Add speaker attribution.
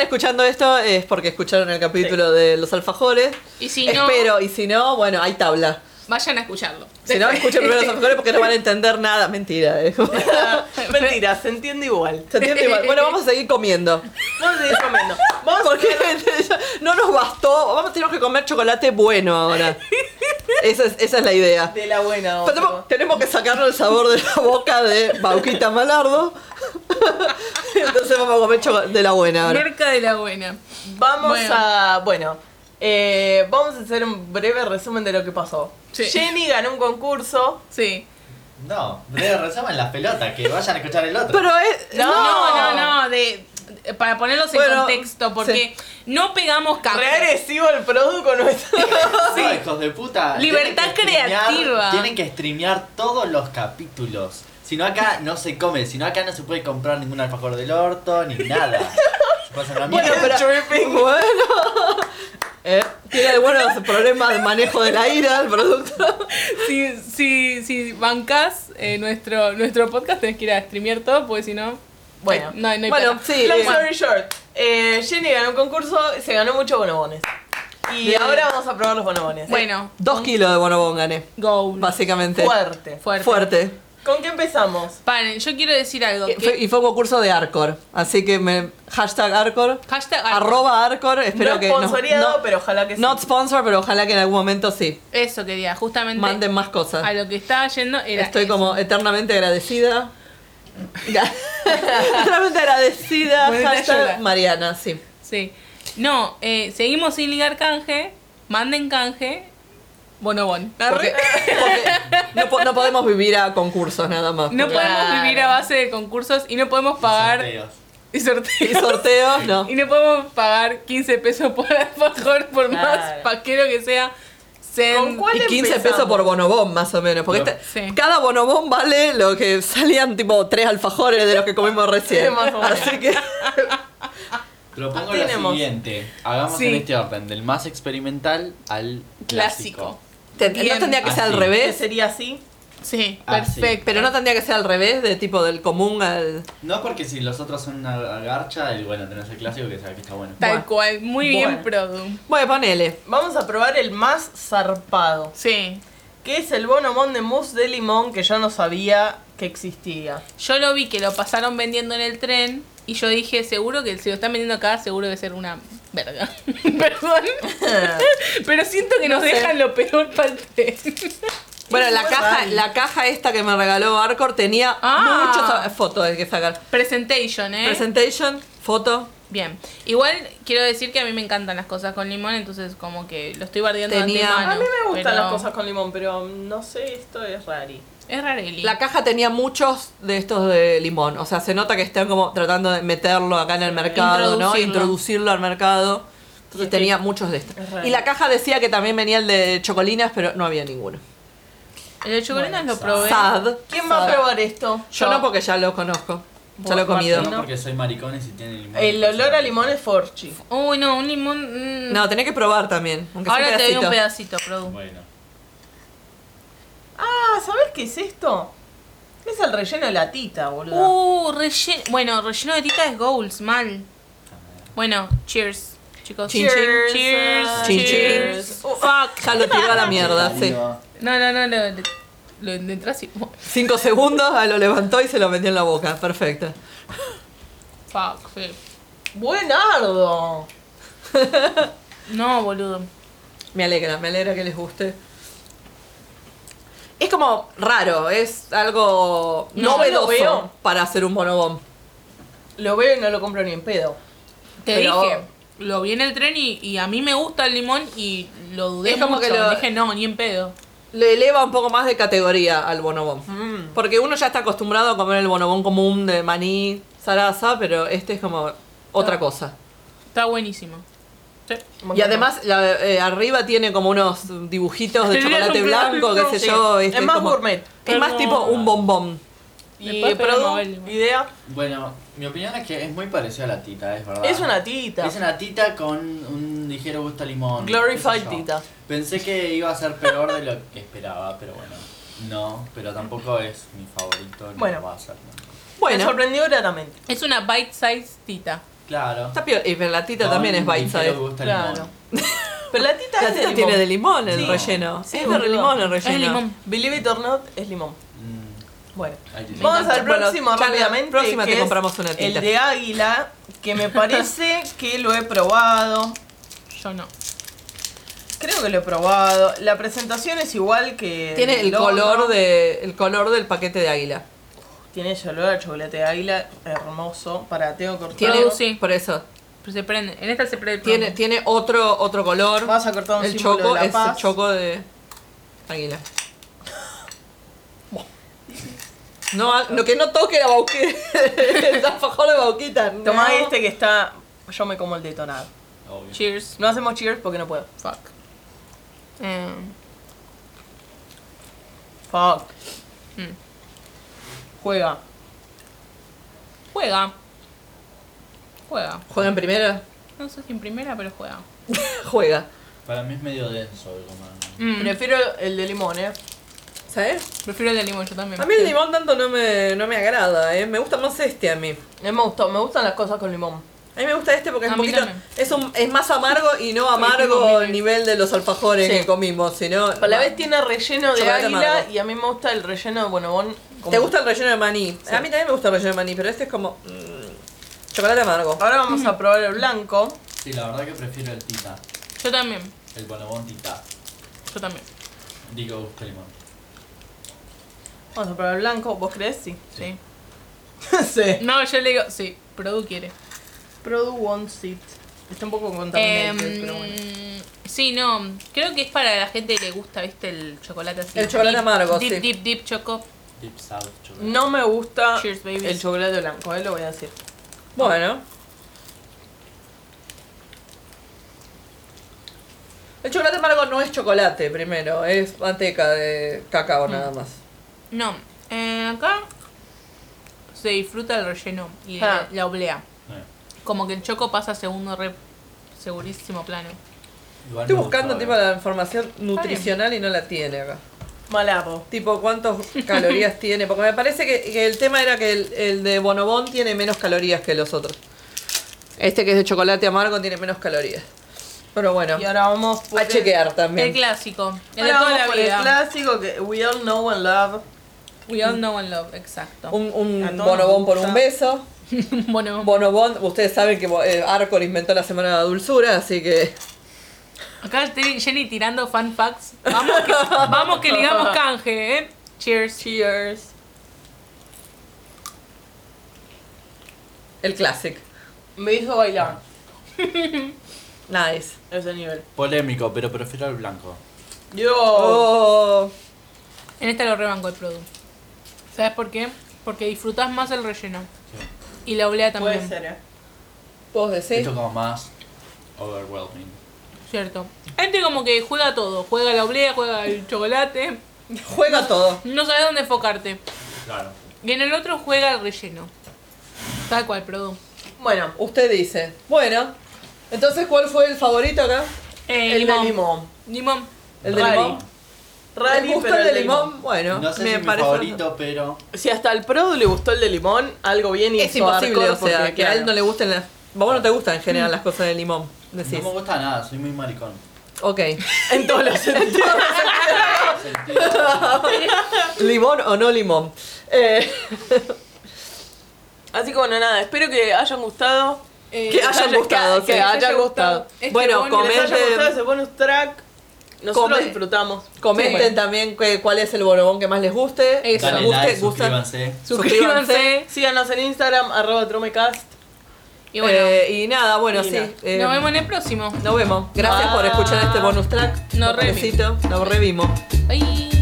Speaker 1: escuchando esto es porque escucharon el capítulo de los alfajores.
Speaker 2: Y si no,
Speaker 1: Espero, y si no, bueno, hay tabla.
Speaker 2: vayan a escucharlo.
Speaker 1: Si no, escuchen primero los alfajores porque no van a entender nada. Mentira, eh.
Speaker 3: Mentira, se entiende igual.
Speaker 1: Se entiende igual. Bueno, vamos a seguir comiendo.
Speaker 3: Vamos a seguir comiendo. Vamos a
Speaker 1: Porque no nos bastó. Vamos, tenemos que comer chocolate bueno ahora. Esa es, esa es la idea.
Speaker 3: de la buena
Speaker 1: Pero tenemos, tenemos que sacarnos el sabor de la boca de Bauquita Malardo. Entonces vamos a comer chocolate de la buena ahora.
Speaker 2: Merca de la buena.
Speaker 3: Vamos
Speaker 2: Bueno.
Speaker 3: a. Bueno, eh, vamos a hacer un breve resumen de lo que pasó.
Speaker 2: Sí.
Speaker 3: Jenny ganó un concurso.
Speaker 2: Sí.
Speaker 4: No, le rezaban las pelotas, que vayan a escuchar el otro.
Speaker 1: Pero es.
Speaker 3: No.
Speaker 2: No, no, no. De, para ponerlos en
Speaker 1: Bueno,
Speaker 2: contexto, porque no pegamos
Speaker 3: Re
Speaker 2: café.
Speaker 3: agresivo el producto nuestro.
Speaker 4: No,
Speaker 2: sí.
Speaker 4: hijos de puta.
Speaker 2: Libertad
Speaker 4: Tienen que streamear-
Speaker 2: creativa.
Speaker 4: Tienen que streamear todos los capítulos. Si no acá no se come, si no acá no se puede comprar ningún alfajor del orto, ni nada. Se pasa una
Speaker 1: Bueno,
Speaker 4: mierda.
Speaker 1: pero- Bueno. Eh, tiene algunos problemas de manejo de la ira el producto.
Speaker 2: Si, si, si bancas eh, nuestro, nuestro podcast, tenés que ir a streamear todo, porque si no.
Speaker 3: Bueno.
Speaker 2: no, hay- no hay
Speaker 1: Bueno,
Speaker 2: plata.
Speaker 1: sí.
Speaker 3: Long
Speaker 1: eh,
Speaker 3: story short, eh, Jenny ganó un concurso, se ganó muchos bonobones. Y
Speaker 1: Bien.
Speaker 3: ahora vamos a probar los bonobones.
Speaker 2: Bueno,
Speaker 1: Dos kilos de bonobón gané.
Speaker 2: go.
Speaker 1: Básicamente.
Speaker 3: Fuerte.
Speaker 2: Fuerte.
Speaker 1: Fuerte.
Speaker 3: ¿Con qué empezamos?
Speaker 2: Paren, yo quiero decir algo.
Speaker 1: Y
Speaker 2: que-
Speaker 1: fue- y fue un concurso de Arcor. Así que me. Hashtag Arcor.
Speaker 2: hashtag
Speaker 1: Arroba Arcor. Espero
Speaker 3: no
Speaker 1: que.
Speaker 3: sponsoreado,
Speaker 1: no,
Speaker 3: pero ojalá que sí.
Speaker 1: Not sponsor, pero ojalá que en algún momento sí.
Speaker 2: Eso quería, justamente.
Speaker 1: Manden más cosas.
Speaker 2: A lo que estaba yendo era.
Speaker 1: Estoy
Speaker 2: eso.
Speaker 1: como eternamente agradecida. eternamente agradecida.
Speaker 2: Buena
Speaker 1: hashtag
Speaker 2: ayuda.
Speaker 1: Mariana, sí.
Speaker 2: Sí. No, eh, seguimos sin ligar canje. Manden canje. Bonobon.
Speaker 1: Porque, porque no, po- no podemos vivir a concursos nada más.
Speaker 2: No
Speaker 3: Claro.
Speaker 2: podemos vivir a base de concursos y no podemos pagar.
Speaker 4: Sorteos.
Speaker 2: Y
Speaker 1: Y
Speaker 2: sorteos.
Speaker 1: sorteos, no.
Speaker 2: Y no podemos pagar 15 pesos por alfajor, por más
Speaker 3: Claro.
Speaker 2: paquero que sea. Sen-
Speaker 3: ¿Con cuál?
Speaker 1: Y 15 pesos
Speaker 3: empezamos?
Speaker 1: por bonobón, más o menos. Porque
Speaker 4: No.
Speaker 1: esta-
Speaker 2: Sí.
Speaker 1: cada bonobón vale lo que salían tipo tres alfajores de los que comimos recién.
Speaker 3: Más o menos.
Speaker 1: Así que.
Speaker 4: Propongo
Speaker 3: Tenemos.
Speaker 4: lo siguiente. Hagamos
Speaker 2: Sí.
Speaker 4: en este orden, del más experimental al
Speaker 2: Clásico.
Speaker 4: clásico.
Speaker 1: te-
Speaker 2: Bien.
Speaker 1: no tendría que ser al
Speaker 4: Así.
Speaker 3: ¿Qué
Speaker 1: revés.
Speaker 3: sería así?
Speaker 2: Sí,
Speaker 4: Ah, sí.
Speaker 2: perfecto.
Speaker 1: Pero no tendría que ser al revés, de tipo del común al.
Speaker 4: No porque si los otros son una garcha, el bueno, tenés el clásico que sabe que está bueno.
Speaker 2: Tal
Speaker 1: Bueno.
Speaker 2: cual. Muy bien,
Speaker 3: Bueno.
Speaker 2: Produ.
Speaker 1: Bueno, ponele.
Speaker 3: Vamos a probar el más zarpado,
Speaker 2: Sí.
Speaker 3: que es el bonobón de mousse de limón que yo no sabía que existía.
Speaker 2: Yo lo vi que lo pasaron vendiendo en el tren y yo dije, seguro que si lo están vendiendo acá, seguro debe ser una verga. Perdón. Pero siento que nos dejan lo peor para el tren.
Speaker 1: Bueno, la
Speaker 3: Bueno,
Speaker 1: caja,
Speaker 3: vale.
Speaker 1: la caja esta que me regaló Arcor tenía
Speaker 2: Ah.
Speaker 1: muchas fotos hay que sacar.
Speaker 2: Presentation, ¿eh?
Speaker 1: Presentation, foto.
Speaker 2: Bien. Igual quiero decir que a mí me encantan las cosas con limón, entonces como que lo estoy bardeando de
Speaker 1: Tenía-
Speaker 2: antemano,
Speaker 3: A mí me gustan
Speaker 2: pero
Speaker 3: las cosas con limón, pero no sé, esto es rari.
Speaker 2: Es rareli.
Speaker 1: La caja tenía muchos de estos de limón. O sea, se nota que están como tratando de meterlo acá en el mercado, ¿no?
Speaker 2: Introducirlo.
Speaker 1: Introducirlo al mercado. Entonces tenía muchos de estos.
Speaker 3: Es raro.
Speaker 1: Y la caja decía que también venía el de chocolinas, pero no había ninguno.
Speaker 2: El de chocolate
Speaker 4: Bueno,
Speaker 2: lo probé.
Speaker 1: Sad.
Speaker 3: ¿Quién va a
Speaker 1: Sad.
Speaker 3: probar esto?
Speaker 1: Yo no porque ya lo conozco. Ya lo he comido.
Speaker 4: Yo
Speaker 3: no.
Speaker 4: No porque soy maricón y si tiene limón.
Speaker 3: El olor a limón es forchi.
Speaker 2: Uy, no, un limón... mm.
Speaker 1: No, tenía que probar también. Aunque sea un
Speaker 2: Ahora te doy un
Speaker 1: pedacito.
Speaker 2: pedacito, Produ.
Speaker 4: Bueno.
Speaker 3: Ah, ¿sabes qué es esto? Es el relleno de la tita, boludo.
Speaker 2: Uh, relleno... Bueno, relleno de tita es goals, mal. Bueno, cheers, chicos.
Speaker 1: Chin, chin.
Speaker 2: Cheers.
Speaker 3: ah,
Speaker 2: Cheers.
Speaker 1: Chin, chin.
Speaker 2: cheers.
Speaker 3: Uh,
Speaker 2: Fuck.
Speaker 1: Ya lo tiró a la mierda, sí.
Speaker 2: No, no, no, no. Lo, lo entras y...
Speaker 1: Cinco segundos, ah, lo levantó y se lo metió en la boca. Perfecto.
Speaker 2: Fuck, sí.
Speaker 3: Buenardo.
Speaker 2: No, boludo.
Speaker 1: Me alegra, me alegra que les guste. Es como raro, es algo
Speaker 2: No,
Speaker 3: lo
Speaker 1: novedoso
Speaker 3: veo.
Speaker 1: para hacer un bonobón.
Speaker 3: Lo veo y no lo compro ni en pedo.
Speaker 2: Te
Speaker 3: Pero-
Speaker 2: dije, lo vi en el tren y, y a mí me gusta el limón y lo dudé
Speaker 1: Es como
Speaker 2: mucho.
Speaker 1: que lo-
Speaker 2: Dije, no, ni en pedo.
Speaker 1: Le eleva un poco más de categoría al bonobón.
Speaker 3: Mm.
Speaker 1: Porque uno ya está acostumbrado a comer el bonobón común de maní, zaraza, pero este es como otra
Speaker 3: Ah,
Speaker 1: cosa.
Speaker 2: Está buenísimo. Sí.
Speaker 1: Y además la- eh, arriba tiene como unos dibujitos de
Speaker 2: Tenía
Speaker 1: chocolate
Speaker 2: un
Speaker 1: blanco, qué
Speaker 2: plátano,
Speaker 1: sé
Speaker 3: Sí.
Speaker 1: yo. viste,
Speaker 3: es más
Speaker 1: como-
Speaker 3: gourmet.
Speaker 1: Es más tipo un bombón.
Speaker 3: Y
Speaker 2: Después
Speaker 3: Produ,
Speaker 2: tenemos el limón.
Speaker 3: idea.
Speaker 4: Bueno, mi opinión es que es muy parecido a la tita, es verdad.
Speaker 3: Es una tita.
Speaker 4: Es una tita con un ligero gusto a limón.
Speaker 3: Glorified
Speaker 4: qué sé yo.
Speaker 3: tita.
Speaker 4: Pensé que iba a ser peor de lo que esperaba, pero bueno. No, pero tampoco es mi favorito. ni
Speaker 3: Bueno.
Speaker 4: lo va a ser. ¿no?
Speaker 3: Me
Speaker 1: Bueno,
Speaker 3: sorprendió gratamente.
Speaker 2: Es una bite size tita.
Speaker 4: Claro.
Speaker 1: Está peor. Y pero la tita también es baiza.
Speaker 4: Me
Speaker 1: ¿eh?
Speaker 4: gusta el
Speaker 3: Claro.
Speaker 4: limón.
Speaker 3: Pero la tita
Speaker 1: La
Speaker 3: es de
Speaker 1: tita
Speaker 3: limón.
Speaker 1: tiene de limón el
Speaker 3: Sí.
Speaker 1: relleno.
Speaker 3: Sí,
Speaker 1: es de
Speaker 3: boludo.
Speaker 1: limón el
Speaker 2: Es
Speaker 1: relleno.
Speaker 2: limón.
Speaker 3: Believe it or not, es limón.
Speaker 4: Mm,
Speaker 3: Bueno.
Speaker 4: ahí tiene.
Speaker 3: Vamos al
Speaker 1: Bueno,
Speaker 3: próximo
Speaker 1: ya la
Speaker 3: rápidamente.
Speaker 1: próxima
Speaker 3: que
Speaker 1: te
Speaker 3: es
Speaker 1: compramos una tita.
Speaker 3: El de águila, que me parece que lo he probado.
Speaker 2: Yo no.
Speaker 3: Creo que lo he probado. La presentación es igual que.
Speaker 1: Tiene el
Speaker 3: otro.
Speaker 1: color, de, el color del paquete de águila.
Speaker 3: Tiene ese olor a chocolate de águila hermoso. Para, tengo que cortar.
Speaker 1: Tiene,
Speaker 2: Produce.
Speaker 1: Por eso.
Speaker 2: Pero se prende. En esta se prende.
Speaker 1: Tiene, tiene otro, otro color.
Speaker 3: Vas a cortar un
Speaker 1: el
Speaker 3: símbolo
Speaker 1: choco
Speaker 3: de la
Speaker 1: es el
Speaker 3: paz.
Speaker 1: choco de águila. No, ha- no, que no toque la bauquita. el alfajor de bauquita. no.
Speaker 3: Tomá este que está. Yo me como el detonado.
Speaker 4: Obvio.
Speaker 2: Cheers.
Speaker 3: No hacemos cheers porque no puedo.
Speaker 2: Fuck. Em,
Speaker 3: Fuck.
Speaker 2: Mm.
Speaker 3: Juega.
Speaker 2: juega. Juega.
Speaker 1: Juega en primera.
Speaker 2: No sé si en primera, pero juega.
Speaker 1: Juega.
Speaker 4: Para mí es medio denso el comando.
Speaker 2: Mm,
Speaker 3: Prefiero el de limón, eh.
Speaker 1: ¿Sabes?
Speaker 2: Prefiero el de limón, yo también.
Speaker 1: A mí el limón tanto no me, no me agrada, ¿eh? Me gusta más este a mí.
Speaker 3: Me gustó, me gustan las cosas con limón.
Speaker 1: A mí me gusta este porque es,
Speaker 2: A
Speaker 1: un
Speaker 2: mí
Speaker 1: poquito,
Speaker 2: también.
Speaker 1: es, un- es más amargo y no
Speaker 2: comí
Speaker 1: amargo al
Speaker 2: eso.
Speaker 1: nivel de los alfajores
Speaker 3: Sí.
Speaker 1: que comimos, sino...
Speaker 3: A la vez tiene relleno de
Speaker 1: Chocolate
Speaker 3: águila
Speaker 1: amargo.
Speaker 3: y a mí me gusta el relleno de bonobón. como-
Speaker 1: ¿Te gusta el relleno de maní? A mí también me gusta el relleno de maní, pero este es como... mm, chocolate amargo.
Speaker 3: Ahora vamos a probar el blanco.
Speaker 4: Sí, la verdad que prefiero el tita.
Speaker 2: Yo también.
Speaker 4: El bonobón tita.
Speaker 2: Yo también.
Speaker 4: Digo, busca limón.
Speaker 3: Vamos a probar el blanco. ¿Vos crees? Sí.
Speaker 2: Sí.
Speaker 3: sí.
Speaker 2: No, yo le digo. Sí, Produ quiere.
Speaker 3: Produ wants it. Está un poco
Speaker 2: Em,
Speaker 3: contaminated, pero bueno.
Speaker 2: sí, no. Creo que es para la gente que le gusta, viste, el chocolate así.
Speaker 1: El chocolate
Speaker 2: Deep,
Speaker 1: amargo,
Speaker 2: Deep,
Speaker 1: sí.
Speaker 2: deep, deep, choco.
Speaker 4: Deep South chocolate.
Speaker 3: No me gusta
Speaker 2: Cheers, babies.
Speaker 3: Ah, el chocolate blanco, eh, lo voy a decir.
Speaker 1: Bueno. El chocolate amargo no es chocolate primero, es manteca de cacao
Speaker 3: Mm.
Speaker 1: nada más.
Speaker 2: No, eh, acá se disfruta el relleno y
Speaker 3: Ah.
Speaker 2: la, la oblea.
Speaker 4: Eh,
Speaker 2: Como que el choco pasa a segundo re segurísimo plano.
Speaker 4: igual
Speaker 1: Estoy
Speaker 4: me
Speaker 1: buscando
Speaker 4: gustó,
Speaker 1: tipo
Speaker 4: eh.
Speaker 1: la información nutricional y no la tiene acá.
Speaker 3: Malabo.
Speaker 1: Tipo, ¿cuántas calorías tiene? Porque me parece que, que el tema era que el, el de Bonobón tiene menos calorías que los otros. Este que es de chocolate amargo tiene menos calorías. Pero bueno,
Speaker 3: Y ahora vamos por
Speaker 1: a chequear
Speaker 2: El
Speaker 1: también.
Speaker 2: clásico, el
Speaker 3: El,
Speaker 2: de
Speaker 3: ahora
Speaker 2: toda
Speaker 3: vamos
Speaker 2: la
Speaker 3: por el
Speaker 2: vida.
Speaker 3: clásico que we all know and love.
Speaker 2: We all know and love, exacto.
Speaker 1: Un, un
Speaker 3: A todos nos
Speaker 1: Bonobón por
Speaker 3: gusta.
Speaker 1: un beso.
Speaker 2: bueno,
Speaker 1: Bonobón, ustedes saben que eh, Arcor inventó la semana de la dulzura, así que
Speaker 2: acá estoy Jenny tirando fan facts. Vamos que, vamos que ligamos canje, ¿eh? Cheers.
Speaker 3: Cheers.
Speaker 1: el classic.
Speaker 3: Me hizo bailar
Speaker 1: Nice.
Speaker 3: ese nivel.
Speaker 4: Polémico, pero prefiero el blanco.
Speaker 3: Yo.
Speaker 1: Oh.
Speaker 2: En esta lo rebanco el producto. ¿Sabes por qué? Porque disfrutas más el relleno. Y la oblea también.
Speaker 3: Puede ser, eh.
Speaker 1: ¿Vos
Speaker 4: Esto
Speaker 1: decís?
Speaker 4: Esto como más overwhelming.
Speaker 2: Cierto. Gente como que juega todo. Juega la oblea, juega el chocolate.
Speaker 1: Juega todo.
Speaker 2: No sabes dónde enfocarte.
Speaker 4: Claro.
Speaker 2: Y en el otro juega el relleno. Tal cual, perdón.
Speaker 3: Bueno,
Speaker 1: Usted dice. Bueno, entonces, ¿cuál fue el favorito acá?
Speaker 2: Eh,
Speaker 3: el
Speaker 2: limón.
Speaker 3: de limón.
Speaker 2: Limón.
Speaker 1: ¿El de
Speaker 3: Rari.
Speaker 1: limón?
Speaker 3: Rari,
Speaker 1: ¿Les
Speaker 3: pero
Speaker 1: gusta el de limón? Bueno,
Speaker 4: No sé
Speaker 1: me
Speaker 4: si mi
Speaker 1: parece.
Speaker 4: favorito, pero.
Speaker 3: Si hasta al Produ le gustó el de limón, algo bien hizo
Speaker 1: Es imposible,
Speaker 3: Arcor,
Speaker 1: o sea,
Speaker 3: porque,
Speaker 1: que a él
Speaker 3: claro.
Speaker 1: no le gusten las. A vos no te gustan en general las cosas de limón, decís.
Speaker 4: No me gusta nada, soy muy maricón.
Speaker 1: Ok.
Speaker 3: En todos los sentidos.
Speaker 4: Sentido-
Speaker 1: ¿Limón o no limón? Eh,
Speaker 3: Así que bueno, nada, espero que hayan gustado.
Speaker 2: Eh,
Speaker 1: que hayan gustado,
Speaker 3: Que,
Speaker 1: sí.
Speaker 3: que hayan gustado.
Speaker 2: Este
Speaker 1: bueno,
Speaker 2: bono
Speaker 3: Que les haya gustado
Speaker 1: comenten,
Speaker 3: ese bonus track. Nosotros
Speaker 1: Come-
Speaker 3: disfrutamos.
Speaker 1: comenten
Speaker 3: Sí, bueno.
Speaker 1: también que- cuál es el bonobón que más les guste.
Speaker 2: Eso.
Speaker 4: Dale
Speaker 1: Guste-
Speaker 4: like,
Speaker 1: gusta-
Speaker 4: suscríbanse.
Speaker 2: Suscríbanse.
Speaker 3: Síganos en Instagram, arroba tromecast.
Speaker 2: Y bueno,
Speaker 1: Eh, y nada, bueno,
Speaker 3: Y
Speaker 1: sí.
Speaker 3: nada.
Speaker 1: eh,
Speaker 2: nos vemos en el próximo.
Speaker 1: nos vemos. Gracias por escuchar este bonus track.
Speaker 2: Nos
Speaker 1: Besito, Nos revimos.
Speaker 2: Bye.